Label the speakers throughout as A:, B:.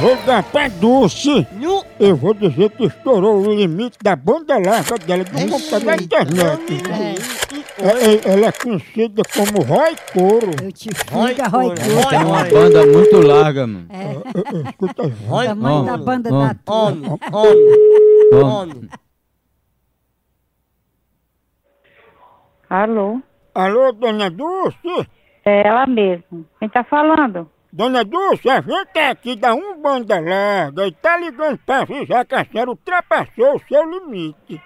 A: vou dar pra Dulce.
B: Nu.
A: Eu vou dizer que estourou o limite da banda larga dela do computador da internet. É, é, ela é conhecida como Roy Couro.
C: Eu te fico, Roy
B: Roy,
D: É uma
B: Roy.
D: banda muito larga, mano.
A: É, é, Escuta aí.
B: Roy.
C: Tamanho da
D: Homem,
C: banda
D: homem.
C: da tua.
B: Homem, homem,
D: Ó,
B: homem.
E: Alô?
A: Alô, dona Dulce?
E: É ela mesmo. Quem tá falando?
A: Dona Dulce, a gente é aqui da um banda larga e tá ligando pra avisar que a senhora ultrapassou o seu limite.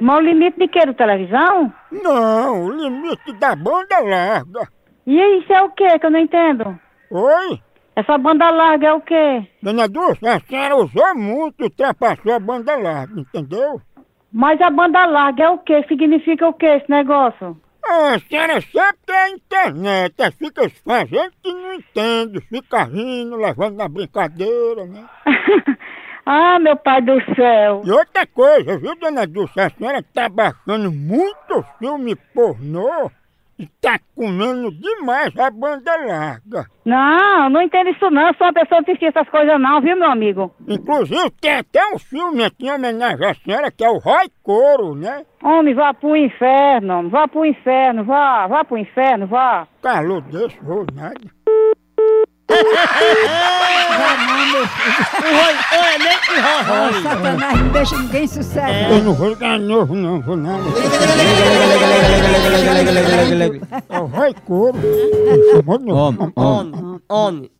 E: Mas o limite de que? Do televisão?
A: Não, o limite da banda larga.
E: E isso é o que que eu não entendo?
A: Oi?
E: Essa banda larga é o quê?
A: Dona Dulce, a senhora usou muito, ultrapassou a banda larga, entendeu?
E: Mas a banda larga é o quê? Significa o quê esse negócio?
A: Ah, a senhora sabe que é a internet, aí fica se fazendo que não entende, fica rindo, levando na brincadeira, né?
E: ah, meu pai do céu.
A: E outra coisa, viu, dona Dulce, a senhora tá baixando muito filme pornô e tá comendo demais a banda larga.
E: Não, eu não entendo isso não. Eu sou uma pessoa que assistir essas coisas não, viu, meu amigo?
A: Inclusive tem até um filme aqui em homenagem à senhora que é o Roy Couro, né?
E: Homem, vá pro inferno, homem. Vá pro inferno, vá. Vá pro inferno, vá.
A: Calor desse, vou nada.
B: Roy, é nem que Roy, Roy.
C: Satanás não deixa ninguém sossegar.
A: Eu não vou ligar novo não, vou nada. É o Roy Couro. Me chamou de novo.
D: Homem, homem.
B: Homem, homem.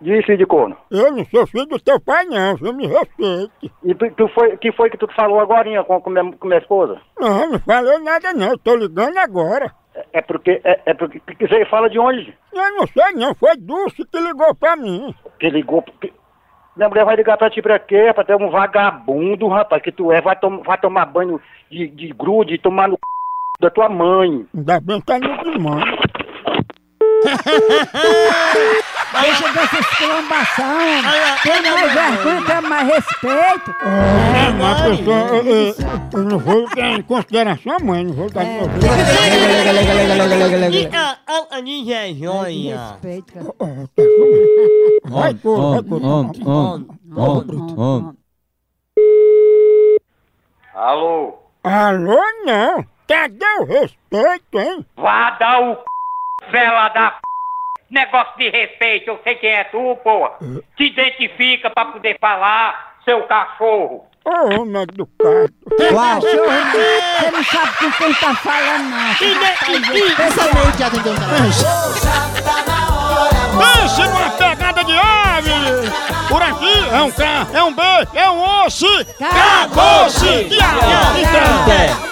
F: Diz, filho de corno.
A: Eu não sou filho do teu pai, não, viu? Me respeite.
F: E tu, tu foi, que foi que tu falou agora com, com, minha, com minha esposa?
A: Não, não falei nada, não. Eu Tô ligando agora.
F: É- É porque, é, é porque, que você fala de onde?
A: Eu não sei, não. Foi Dulce que ligou pra mim.
F: Que ligou, que... Minha mulher vai ligar pra ti pra quê, rapaz? Tu é um vagabundo, rapaz, que tu é, vai, tom, vai tomar banho de, de grude, tomar no c... da tua mãe.
A: Ainda bem que tá no demônio.
C: Deixa dessas
B: Olha,
C: trombação.
B: olha,
C: Tem mais vergonha, tem mais respeito.
A: É, mas
B: mãe.
A: pessoa, eu, eu- eu não vou dar em consideração a mãe, não vou dar em consideração.
B: E a alta ninja é joia.
C: Respeito, cara.
A: Vai,
D: Homem,
A: couro, vai,
D: homem,
A: couro.
D: homem, homem, homem, homem.
F: Alô?
A: Alô, não. Cadê o respeito, hein?
G: Vá dar o c... vela da c... Negócio de respeito, eu sei quem é tu, porra. Te identifica pra poder falar, seu cachorro.
A: Ô, homem educado.
C: Cachorro, não. Você não sabe com quem tá falando, não.
A: Pense numa pegada de ave! Por aqui é um K, é um B, é um osso! Acabou-se! E agora então?